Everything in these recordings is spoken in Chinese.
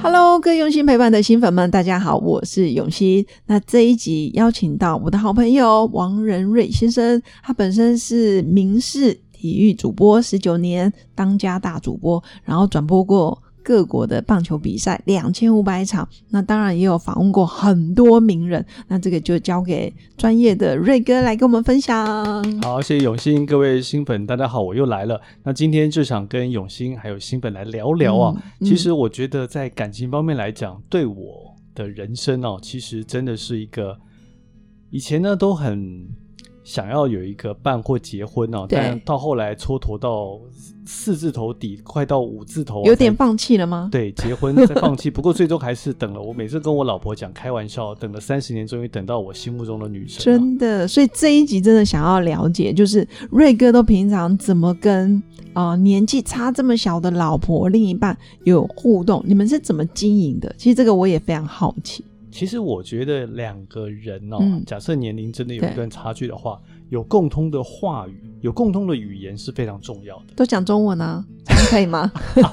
Hello，各位用心陪伴的新粉们，大家好，我是永新。那这一集邀请到我的好朋友王仁瑞先生，他本身是明视体育主播十九年，当家大主播，然后转播过各国的棒球比赛两千五百场。那当然也有访问过很多名人，那这个就交给专业的瑞哥来跟我们分享。好，谢谢永兴，各位新粉，大家好，我又来了。那今天就想跟永兴还有新粉来聊聊啊。嗯其实我觉得在感情方面来讲，对我的人生哦，其实真的是一个以前呢都很想要有一个伴或结婚哦，对但到后来蹉跎到四四字头底，快到五字头啊、有点才放弃了吗？对，结婚再 放弃，不过最终还是等了。我每次跟我老婆讲开玩笑，等了三十年，终于等到我心目中的女神、啊。真的，所以这一集真的想要了解，就是瑞哥都平常怎么跟呃年纪差这么小的老婆另一半有互动，你们是怎么经营的？其实这个我也非常好奇。其实我觉得两个人哦，嗯假设年龄真的有对一段差距的话，有共通的话语，有共通的语言是非常重要的。都讲中文啊，这样可以吗？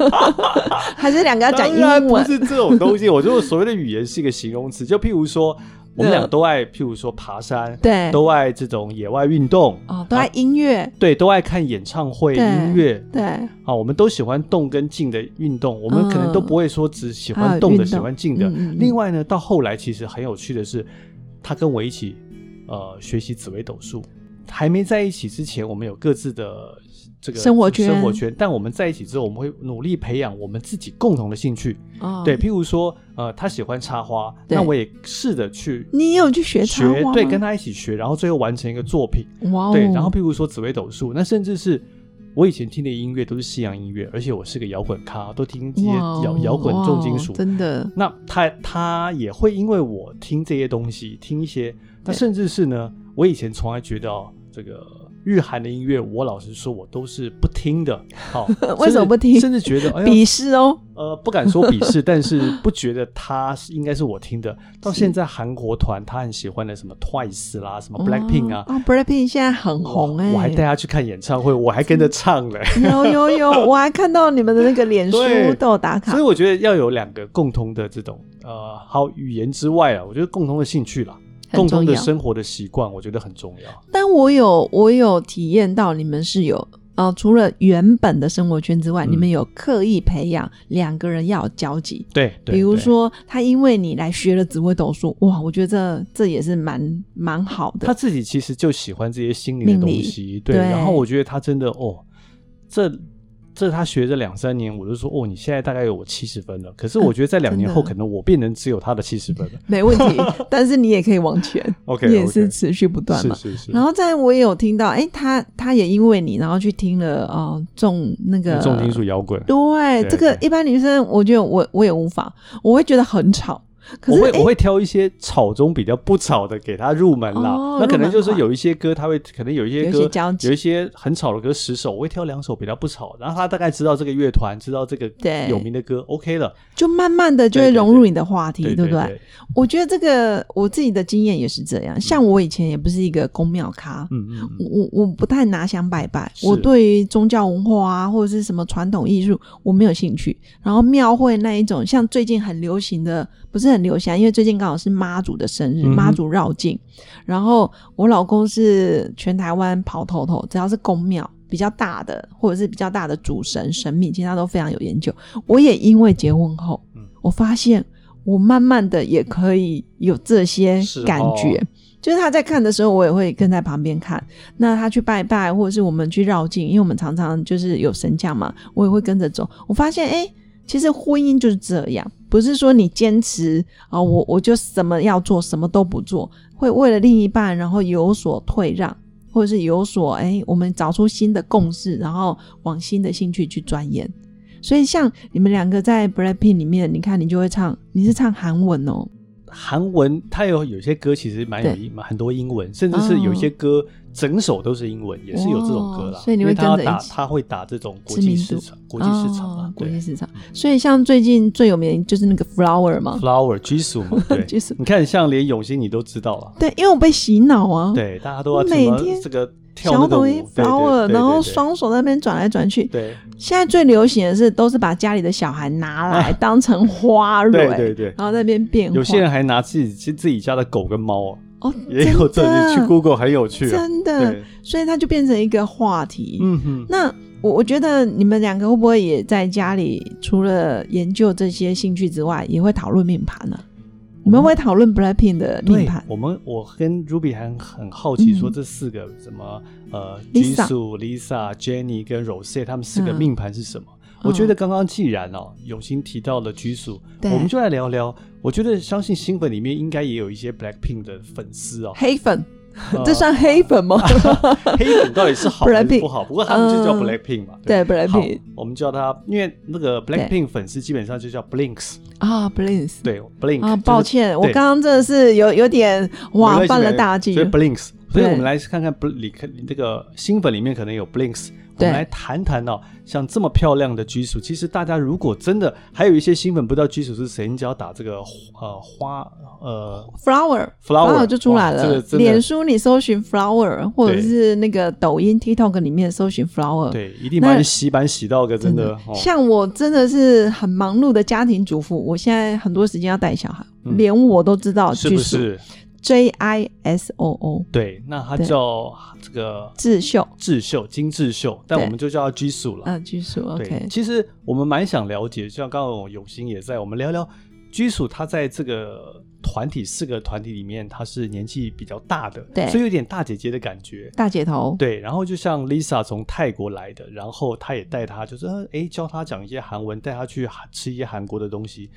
还是两个要讲当然英不文？是这种东西，我就所谓的语言是一个形容词，就譬如说，我们俩嗯都爱，譬如说爬山，对，都爱这种野外运动，哦，都爱音乐，对，都爱看演唱会、对音乐。对，啊，我们都喜欢动跟静的运动，我们可能都不会说只喜哦还有欢动的，运动喜欢静的。嗯嗯嗯另外呢，到后来其实很有趣的是，他跟我一起呃学习紫微斗数。还没在一起之前，我们有各自的这个生活圈生活圈。但我们在一起之后，我们会努力培养我们自己共同的兴趣。哦，对，譬如说，呃，他喜欢插花，对那我也试着去你有去学插花吗对，跟他一起学，然后最后完成一个作品。哇哦，对，然后譬如说紫微斗数，那甚至是我以前听的音乐都是西洋音乐，而且我是个摇滚咖，都听这些哇哦摇摇滚哇哦重金属。真的，那他他也会因为我听这些东西，听一些，那对，甚至是呢，我以前从来觉得哦，这个日韩的音乐，我老实说，我都是不听的。好 为什么不听甚至甚至觉得，哎鄙呀，视哦，呃，不敢说鄙 视，但是不觉得他是应该是我听的。到是现在韩国团，他很喜欢的什么 Twice 啦，什么 Blackpink 啊，哦哦，Blackpink 现在很红哎、我还带他去看演唱会，我还跟着唱嘞。 有有有，我还看到你们的那个脸书对都有打卡所以，我觉得要有两个共通的这种呃，好语言之外啊，我觉得共同的兴趣啦，很共重同的要。生活的习惯，我觉得很重要。但我有我有体验到你们是有呃，除了原本的生活圈之外，嗯你们有刻意培养两个人要有交集。对，对比如，说，他因为你来学了紫微斗数，哇，我觉得这这也是蛮蛮好对他的。自己其实就喜欢这些心灵的东西，对。对然后我觉得他真的哦，这这他学这两三年，我就说哦，你现在大概有我七十分了。可是我觉得在两年嗯真的后，可能我变成只有他的七十分了。没问题， 但是你也可以往前 OK，你也是持续 不断嘛是。是是。然后在我也有听到，哎，他他也因为你，然后去听了呃重那个重金属摇滚，对，对这个对一般女生，我觉得我我也无法，我会觉得很吵。可我是会诶我会挑一些吵中比较不吵的给他入门啦。哦那可能就是入门款有一些歌，他会可能有一些有一歌些交集有一些很吵的歌十首，我会挑两首比较不吵，然后他大概知道这个乐团，知道这个对有名的歌，OK 了。就慢慢的就会对对融入你的话题，对不对？我觉得这个我自己的经验也是这样，像我以前也不是一个宫庙咖。嗯嗯嗯，我我我不太拿香拜拜，是我对于宗教文化啊或者是什么传统艺术我没有兴趣。然后庙会那一种，像最近很流行的，不是很流行啊，因为最近刚好是妈祖的生日，嗯哼妈祖绕境。然后我老公是全台湾跑透透，只要是宫庙比较大的或者是比较大的主神神明，其实他都非常有研究。我也因为结婚后，嗯我发现我慢慢的也可以有这些是哦感觉。就是他在看的时候，我也会跟在旁边看。那他去拜拜，或者是我们去绕境，因为我们常常就是有神将嘛，我也会跟着走。我发现，哎、其实婚姻就是这样，不是说你坚持啊、我我就什么要做，什么都不做，会为了另一半然后有所退让，或者是有所哎、我们找出新的共识，然后往新的兴趣去钻研。所以像你们两个在 Blackpink 里面，你看你就会唱，你是唱韩文哦，韩文，它有有些歌其实蛮有对英很多英文，甚至是有些歌整首都是英文，也是有这种歌啦。哦所以你因为会它要跟着一打起它会打这种国知际名市度场，国际市场哦啊，国对际市场。所以像最近最有名就是那个 Flower 嘛 Flower Jisoo 嘛，对 Jisoo 你看像连永兴你都知道了，对，因为我被洗脑啊，，对，大家都要我什每么天这个跳小那个舞抖音对 Flower，对对然后对对双手在那边转来转去。对现在最流行的是都是把家里的小孩拿来当成花蕊，对对对然后在那边变化。有些人还拿自己自自己家的狗跟猫哦，哦，也有这真的你去 Google 很有趣啊，真的对，，所以它就变成一个话题。嗯哼，那我我觉得你们两个会不会也在家里除了研究这些兴趣之外，也会讨论命盘呢、你们会讨论 Blackpink 的命对盘，我们我跟 Ruby 还很好奇，说嗯这四个什么、呃 Lisa ，Jisoo、Lisa、Jennie 跟 Rose，他们四个嗯命盘是什么？我觉得刚刚既然哦，永兴提到了 Jisoo，对我们就来聊聊。我觉得相信新粉里面应该也有一些 Blackpink 的粉丝 哦，黑粉，呃这算黑粉 吗？ 黑粉到底是好还是 Blackpink 不好？不过他们就叫嗯 Blackpink 嘛，对好，Blackpink，我们叫他，因为那个 Blackpink 粉丝基本上就叫 Blinks，啊，Blink。对 Blink 啊，就是抱歉，我对刚刚真的是有有点哇没关系犯了没大忌所以 Blinks，所以我们对来看看 Blink 那个新粉里面可能有 Blinks，我对们来谈谈哦，像这么漂亮的居属，其实大家如果真的还有一些新粉不知道居属是谁，你只要打这个呃花呃 flower flower 就出来哇这个了。真的脸书你搜寻 flower，或者对是那个抖音 TikTok 里面搜寻 flower，对，一定那把你洗版洗到个真的哦，像我真的是很忙碌的家庭主妇，我现在很多时间要带小孩，嗯连我都知道是不巨鼠是？ J I S O O 对，那他对叫这个智秀，智秀金智秀，但对我们就叫他居属了。呃嗯、巨鼠对， OK，其实我们蛮想了解，像刚刚永兴也在，我们聊聊居属他在这个团体四个团体里面，他是年纪比较大的，对所以有点大姐姐的感觉。大姐头，对，然后就像 Lisa 从泰国来的，然后她也带她，就是呃诶，教她讲一些韩文，带她去韩吃一些韩国的东西。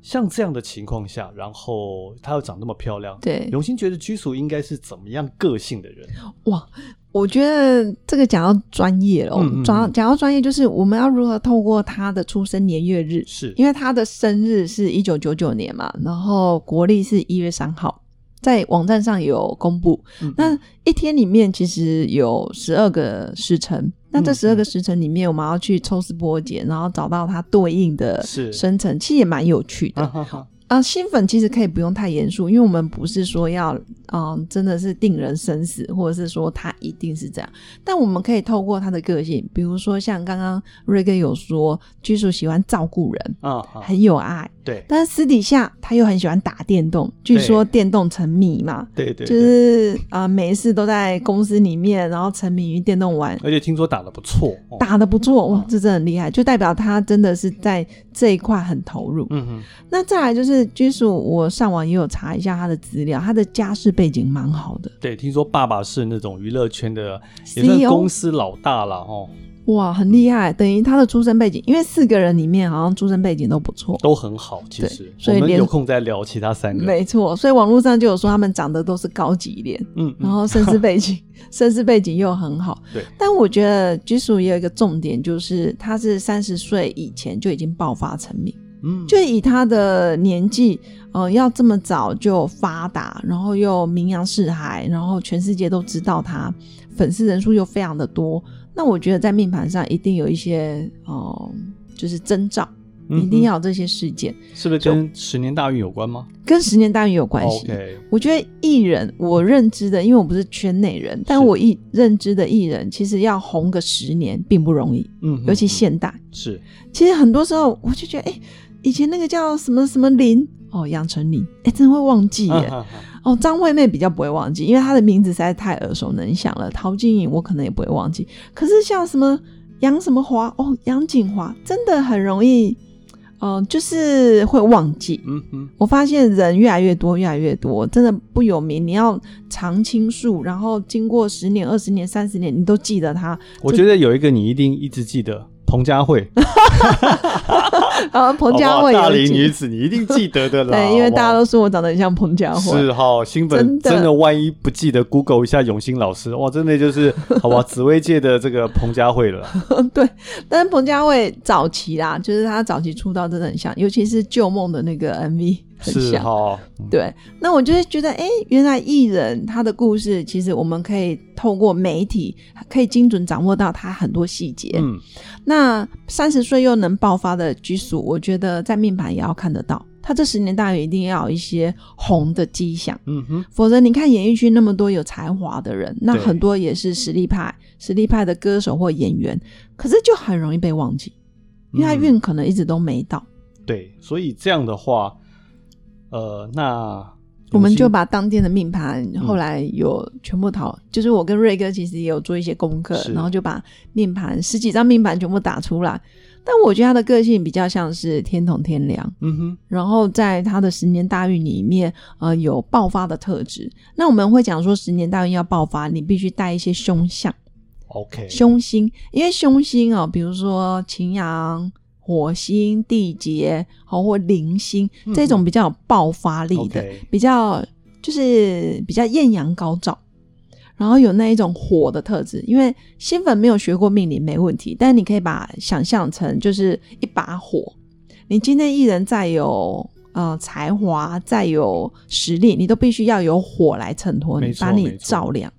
像这样的情况下，然后她又长那么漂亮，对，永兴觉得居属应该是怎么样个性的人？哇。我觉得这个讲到专业了嗯嗯嗯，讲到讲到专业就是我们要如何透过他的出生年月日，是因为他的生日是一九九九年嘛，然后国历是一月三号，在网站上有公布。嗯那一天里面其实有十二个时辰，那这嗯十二个时辰里面，我们要去抽丝剥茧，然后找到它对应的是生辰，其实也蛮有趣的。啊哈哈啊，新粉其实可以不用太严肃，因为我们不是说要，嗯、真的是定人生死，或者是说他一定是这样。但我们可以透过他的个性，比如说像刚刚瑞哥有说，居属喜欢照顾人，啊哈，很有爱，对但是私底下他又很喜欢打电动，据说电动沉迷嘛，对对，就对是啊、呃每一次都在公司里面，然后沉迷于电动玩。而且听说打得不错，哦打的不错，哇，这真的很厉害，就代表他真的是在这一块很投入。嗯哼，那再来就是居属，我上网也有查一下他的资料，他的家世背景蛮好的。对，听说爸爸是那种娱乐圈的，也 CEO 算公司老大了哦，哇，很厉害！等于他的出生背景，因为四个人里面好像出生背景都不错，都很好。其对实所以我们连有空再聊其他三个。没错。所以网络上就有说他们长得都是高级脸，嗯，然嗯后身世背 景，身世背景又很好。对但我觉得居属也有一个重点，就是他是三十岁以前就已经爆发成名，嗯，就以他的年纪，呃，要这么早就发达，然后又名扬四海，然后全世界都知道他，粉丝人数又非常的多。那我觉得在命盘上一定有一些，哦、就是征兆，嗯一定要有这些事件，是不是就跟十年大运有关吗跟十年大运有关系。哦？OK，我觉得艺人，我认知的，因为我不是圈内人，但我一认知的艺人，其实要红个十年并不容易，嗯，尤其嗯现代。嗯是其实很多时候，我就觉得，哎、以前那个叫什么什么林，哦，杨丞琳，哎、真的会忘记啊耶。哈哈哦，张惠妹比较不会忘记，因为她的名字实在太耳熟能详了。陶晶莹我可能也不会忘记，可是像什么杨什么华，哦，杨锦华，真的很容易，嗯、就是会忘记。嗯嗯，我发现人越来越多，越来越多，真的不有名。你要常青树，然后经过十年、二十年、三十年，你都记得 他。我觉得有一个你一定一直记得。彭 佳慧，然后啊彭佳好不好慧大有龄记女子，你一定记得的啦。 对，因为大家好都说我长得很像彭佳不慧。好是哈，新粉啊真的真的万一不记得，Google 一下永兴老师，哇，真的就是 好吧，紫薇界的这个彭佳慧了。对，但是彭佳慧早期啦，就是她早期出道真的很像，尤其是《旧梦》的那个 MV，很是像。哈，对，那我就会觉得，哎，原来艺人他的故事，其实我们可以透过媒体，可以精准掌握到他很多细节。嗯，那三十岁又能爆发的居属，我觉得在命盘也要看得到。他这十年大约一定要有一些红的迹象，嗯哼，否则你看演艺圈那么多有才华的人，那对很多也是实力派，实力派的歌手或演员，可是就很容易被忘记，因为他嗯运可能一直都没到。对，所以这样的话，呃，那我们永就兴把当天的命盘嗯后来有全部讨，就是我跟瑞哥其实也有做一些功课，是然后就把命盘十几张命盘全部打出来。但我觉得他的个性比较像是天同天梁，嗯哼，然后在他的十年大运里面，呃，有爆发的特质。那我们会讲说，十年大运要爆发，你必须带一些凶相、 OK，凶星，因为凶星哦，比如说擎羊、火星、地劫，好、或灵星嗯这种比较有爆发力的， OK 比较就是比较艳阳高照，然后有那一种火的特质。因为新粉没有学过命理没问题，但你可以把想象成就是一把火。你今天艺人再有呃才华，再有实力，你都必须要有火来衬托没你，错把你没错照亮。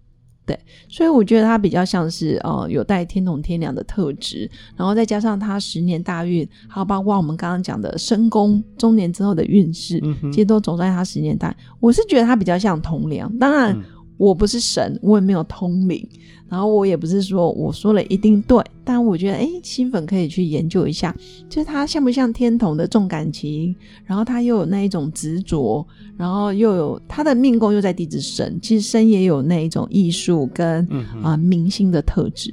对，所以我觉得他比较像是呃有带天同天梁的特质，然后再加上他十年大运，还有包括我们刚刚讲的申宫中年之后的运势，嗯哼其实都走在他十年代。我是觉得他比较像同僚，当然嗯我不是神，我也没有通灵，然后我也不是说我说了一定对，但我觉得哎，新粉可以去研究一下，就是他像不像天童的重感情，然后他又有那一种执着，然后又有他的命宫又在地支申，其实申也有那一种艺术跟嗯哼啊、明星的特质。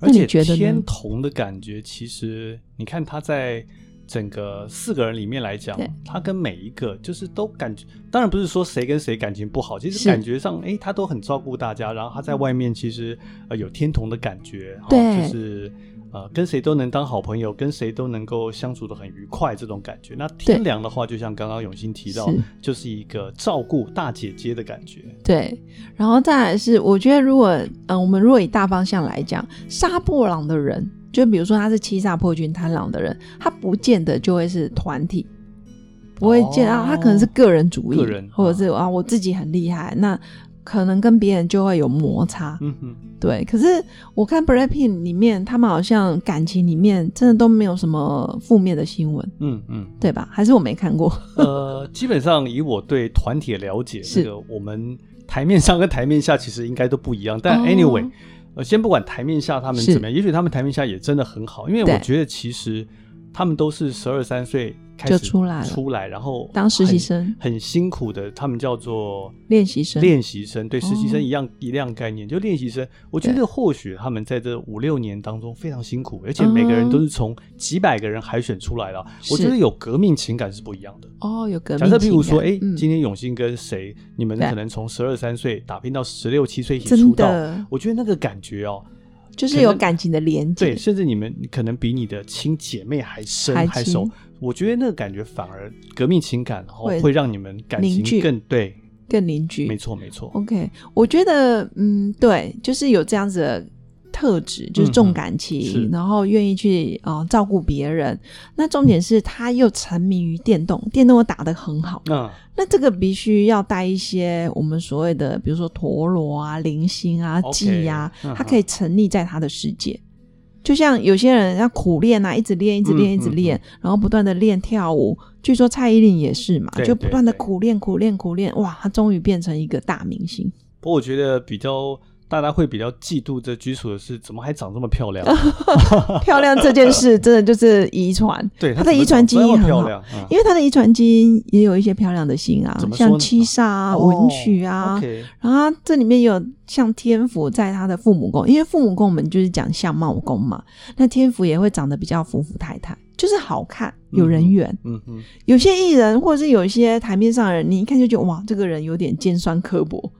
那而你且觉得呢天同的感觉，其实你看他在整个四个人里面来讲对，他跟每一个就是都感觉，当然不是说谁跟谁感情不好，其实是感觉上，哎、他都很照顾大家，然后他在外面其实呃有天同的感觉，哦对就是。呃，跟谁都能当好朋友，跟谁都能够相处的很愉快，这种感觉。那天对良的话，就像刚刚永兴提到是，就是一个照顾大姐姐的感觉。对，然后再来是，我觉得如果，嗯、我们如果以大方向来讲，杀破狼的人，就比如说他是七煞破军贪狼的人，他不见得就会是团体，不会见啊，哦他可能是个人主义，个人或者是啊我自己很厉害，那可能跟别人就会有摩擦。嗯哼，对，可是我看 Blackpink 里面，他们好像感情里面真的都没有什么负面的新闻，嗯嗯。对吧？还是我没看过？呃，基本上以我对团体的了解，是这个我们台面上跟台面下其实应该都不一样。但哦 anyway，、呃，先不管台面下他们是怎么样，也许他们台面下也真的很好，因为对我觉得其实他们都是十二三岁开就始出来了出来，然后当实习很生很辛苦的，他们叫做练习生练习生对实习哦生一样、一样概念，就练习生。我觉得或许他们在这五六年当中非常辛苦，而且每个人嗯都是从几百个人海选出来了。我是觉得有革命情感是不一样的。哦，有 革命情假设感。譬如说，哎、嗯今天永兴跟谁，你们对可能从十二三岁打拼到十六七岁一起真出道，的我觉得那个感觉哦，就是可有能感情的连接对，。甚至你们可能比你的亲姐妹还深还还熟亲，我觉得那个感觉反而革命情感哦会会让你们感凝聚哦情更对，更邻没居。错没错， OK，我觉得，嗯，对，就是有这样子的特质，就是重感情，嗯是然后愿意去啊、呃照顾别人。那重点是，他又沉迷于电动，电动又打得很好。那那这个必须要带一些我们所谓的，比如说陀螺啊、零星啊、 OK，记啊，嗯哼它可以沉溺在他的世界。就像有些人要苦练啊，一直练，一直练，嗯一直练，然后不断的练跳舞。据说蔡依林也是嘛，对就不断的对对苦练、苦练、苦练，哇，她终于变成一个大明星。不过我觉得比较大家会比较嫉妒这居所的是，怎么还长这么漂亮？啊 漂亮这件事 真的就是遗传，对，她的怎么遗传长基因这么很漂好亮，嗯因为她的遗传基因也有一些漂亮的星啊怎，么说呢像七煞啊、文曲啊哦、，OK，然后它这里面也有像天府在他的父母宫，因为父母宫我们就是讲相貌宫嘛，那天府也会长得比较服服态态，就是好看有人缘。嗯哼，有些艺人或者是有些台面上的人，你一看就觉得哇，这个人有点尖酸刻薄，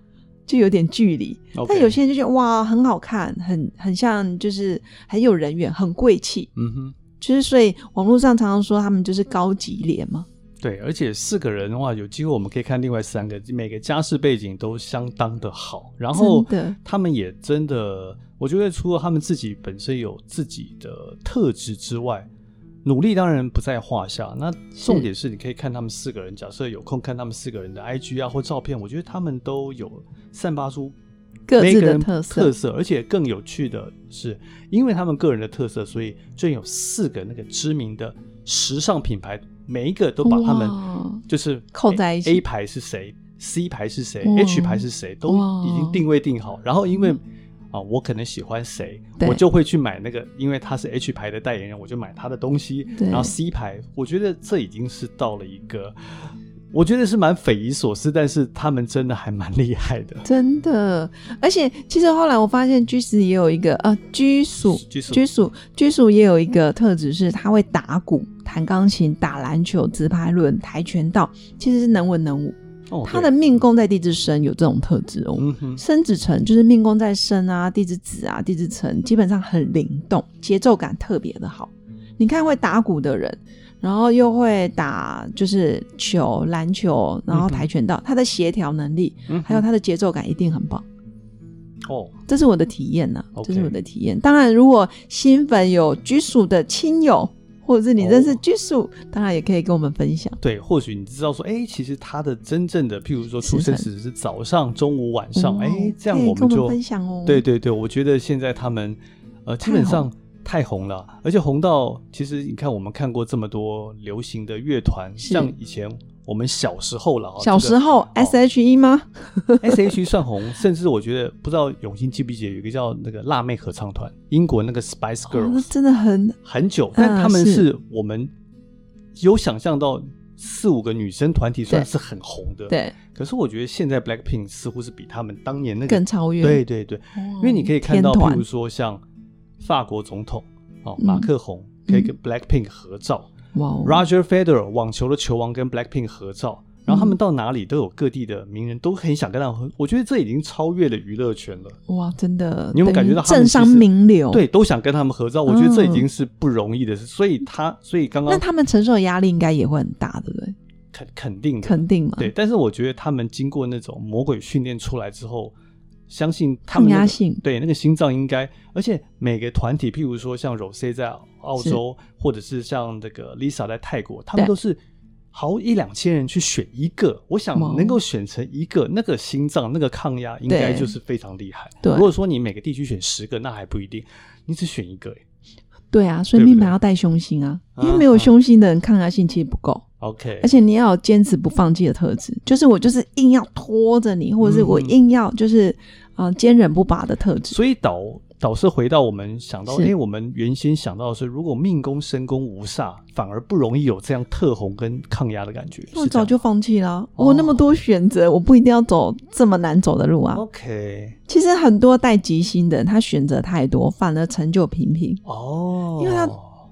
就有点距离。 OK 但有些人就觉得哇，很好看，很很像就是很有人缘，很贵气。嗯哼。就是所以网络上常常说他们就是高级脸嘛，对，而且四个人的话，有机会我们可以看另外三个，每个家世背景都相当的好，然后真的他们也真的，我觉得除了他们自己本身有自己的特质之外，努力当然不在话下，那重点是你可以看他们四个人，假设有空看他们四个人的 IG 啊或照片，我觉得他们都有散发出各每自个的人特色特色，而且更有趣的是，因为他们个人的特色，所以就有四个那个知名的时尚品牌，每一个都把他哇们就是扣在一起 A 牌是谁，C 牌是谁哇，H 牌是谁，都哇已经定位定好。然后因为啊，我可能喜欢谁，对我就会去买那个，因为他是 H 牌的代言人，我就买他的东西。对然后 C 牌，我觉得这已经是到了一个。我觉得是蛮匪夷所思，但是他们真的还蛮厉害的。真的，而且其实后来我发现居士也有一个呃居属居属居属居属也有一个特质是他会打鼓、弹钢琴、打篮球、直排轮、跆拳道，其实是能文能武。哦，他的对命宫在地支申有这种特质哦。嗯哼，申子辰就是命宫在申啊，地支子啊，地支辰，基本上很灵动，节奏感特别的好。你看会打鼓的人，然后又会打就是球、篮球，然后嗯哼跆拳道，他的协调能力，嗯哼还有他的节奏感一定很棒。哦，这是我的体验呐、 OK 这是我的体验。当然，如果新粉有居属的亲友，或者是你认识哦居属，当然也可以跟我们分享。对，或许你知道说，哎、其实他的真正的，譬如说出时生辰时是早上、中午、晚上，哦哎、这样可以我跟们我就们分享哦对对对，我觉得现在他们呃基本太红上太红了，而且红到其实你看，我们看过这么多流行的乐团，是像以前我们小时候了，哦小时候、S H E 吗？ S H 算红，甚至我觉得不知道永兴记不记得有一个叫那个辣妹合唱团，英国那个 Spice 哦那 Girls，、真的很很久，但嗯他们是是我们有想象到四五个女生团体算对是很红的，。对，可是我觉得现在 Blackpink 似乎是比他们当年那个更超越。对对对，哦，因为你可以看到，天譬团如说像法国总统哦嗯马克宏可以跟 Blackpink 合照、哇哦 r o g e r Federer 网球的球王跟 Blackpink 合照。然嗯后他们到哪里都有各地的名人，都很想跟他们合。我觉得这已经超越了娱乐圈了。哇，真的，你有没有感觉到等于他政们其实商名流？对，，都想跟他们合照。我觉得这已经是不容易的事。所以他，所以刚嗯那刚他们承受的压力应该也会很大，对不对？肯肯定的，肯定嘛，对。，但是我觉得他们经过那种魔鬼训练出来之后，相信他抗们那压个性对，那个心脏应该，而且每个团体，譬如说像 Rose 在澳洲，或者是像那个 Lisa 在泰国，他们对都是好一两千人去选一个，我想哇哦能够选成一个，那个心脏那个抗压应该对就是非常厉害。对如果说你每个地区选十个，那还不一定，你只选一个、欸、对啊，所以对不密码对要带凶心啊，因为啊没有啊凶心的人抗压性其实不够。 ，OK，而且你要有坚持不放弃的特质，就是我就是硬要拖着你，或者是我嗯硬要就是啊、呃坚韧不拔的特质。所以导导是回到我们想到，是哎、我们原先想到的是，如果命宫、身宫无煞，反而不容易有这样特红跟抗压的感觉。因为我是这早样就放弃了，哦我那么多选择，我不一定要走这么难走的路哦啊。 OK 其实很多带吉星的人，他选择太多，反而成就平平。哦，因为它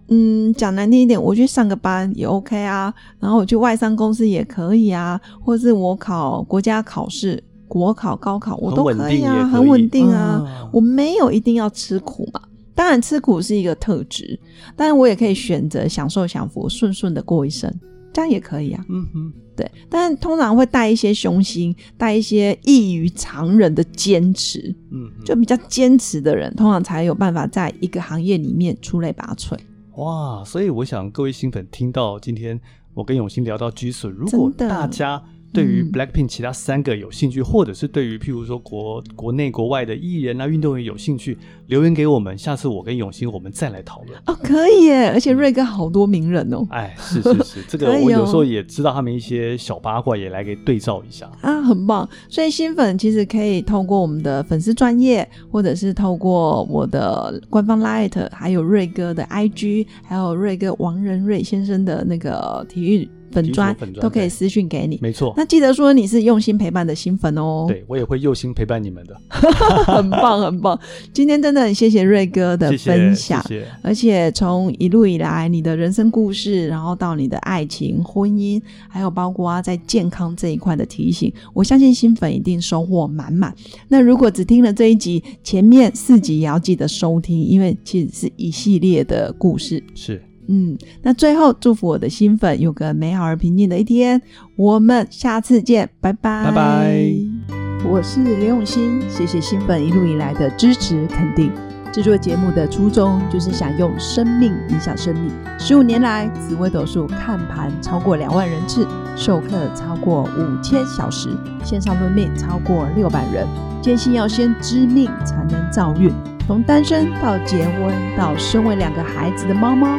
嗯，讲难听一点，我去上个班也 OK 啊，然后我去外商公司也可以啊，或是我考国家考试、国考、高考，我都很稳可以啊，定也可以很稳定啊。啊我没有一定要吃苦嘛，当然吃苦是一个特质，但是我也可以选择享受享福，顺顺的过一生，这样也可以啊。嗯哼，对，但通常会带一些雄心，带一些异于常人的坚持，嗯哼，就比较坚持的人，通常才有办法在一个行业里面出类拔萃。哇，所以我想各位新粉听到今天我跟永兴聊到 G 损，如果真的大家对于嗯 Blackpink 其他三个有兴趣，或者是对于譬如说国国内国外的艺人啊、运动员有兴趣，留言给我们，下次我跟永兴我们再来讨论。哦，可以耶！而且瑞哥好多名人哦，哎，是是是，这个 可以我有哦时候也知道他们一些小八卦，也来给对照一下。啊，很棒。所以新粉其实可以透过我们的粉丝专业，或者是透过我的官方 Light，还有瑞哥的 IG，还有瑞哥王仁瑞先生的那个体育粉专体育粉，专都可以对私讯给你。没错，那记得说你是用心陪伴的新粉哦，对我也会用心陪伴你们的， 很棒很棒。今天真的很谢谢瑞哥的谢谢分享，谢谢。而且从一路以来，你的人生故事，然后到你的爱情、婚姻，还有包括在健康这一块的提醒，我相信新粉一定收获满满。那如果只听了这一集，前面四集也要记得收听，因为其实是一系列的故事。是，嗯，那最后祝福我的新粉有个美好而平静的一天。我们下次见，拜拜，拜拜。我是刘永新，谢谢新粉一路以来的支持肯定。制作节目的初衷就是想用生命影响生命。十五年来，紫微斗数看盘超过两万人次，授课超过五千小时，线上论命超过六百人。坚信要先知命才能造运，从单身到结婚，到身为两个孩子的猫猫，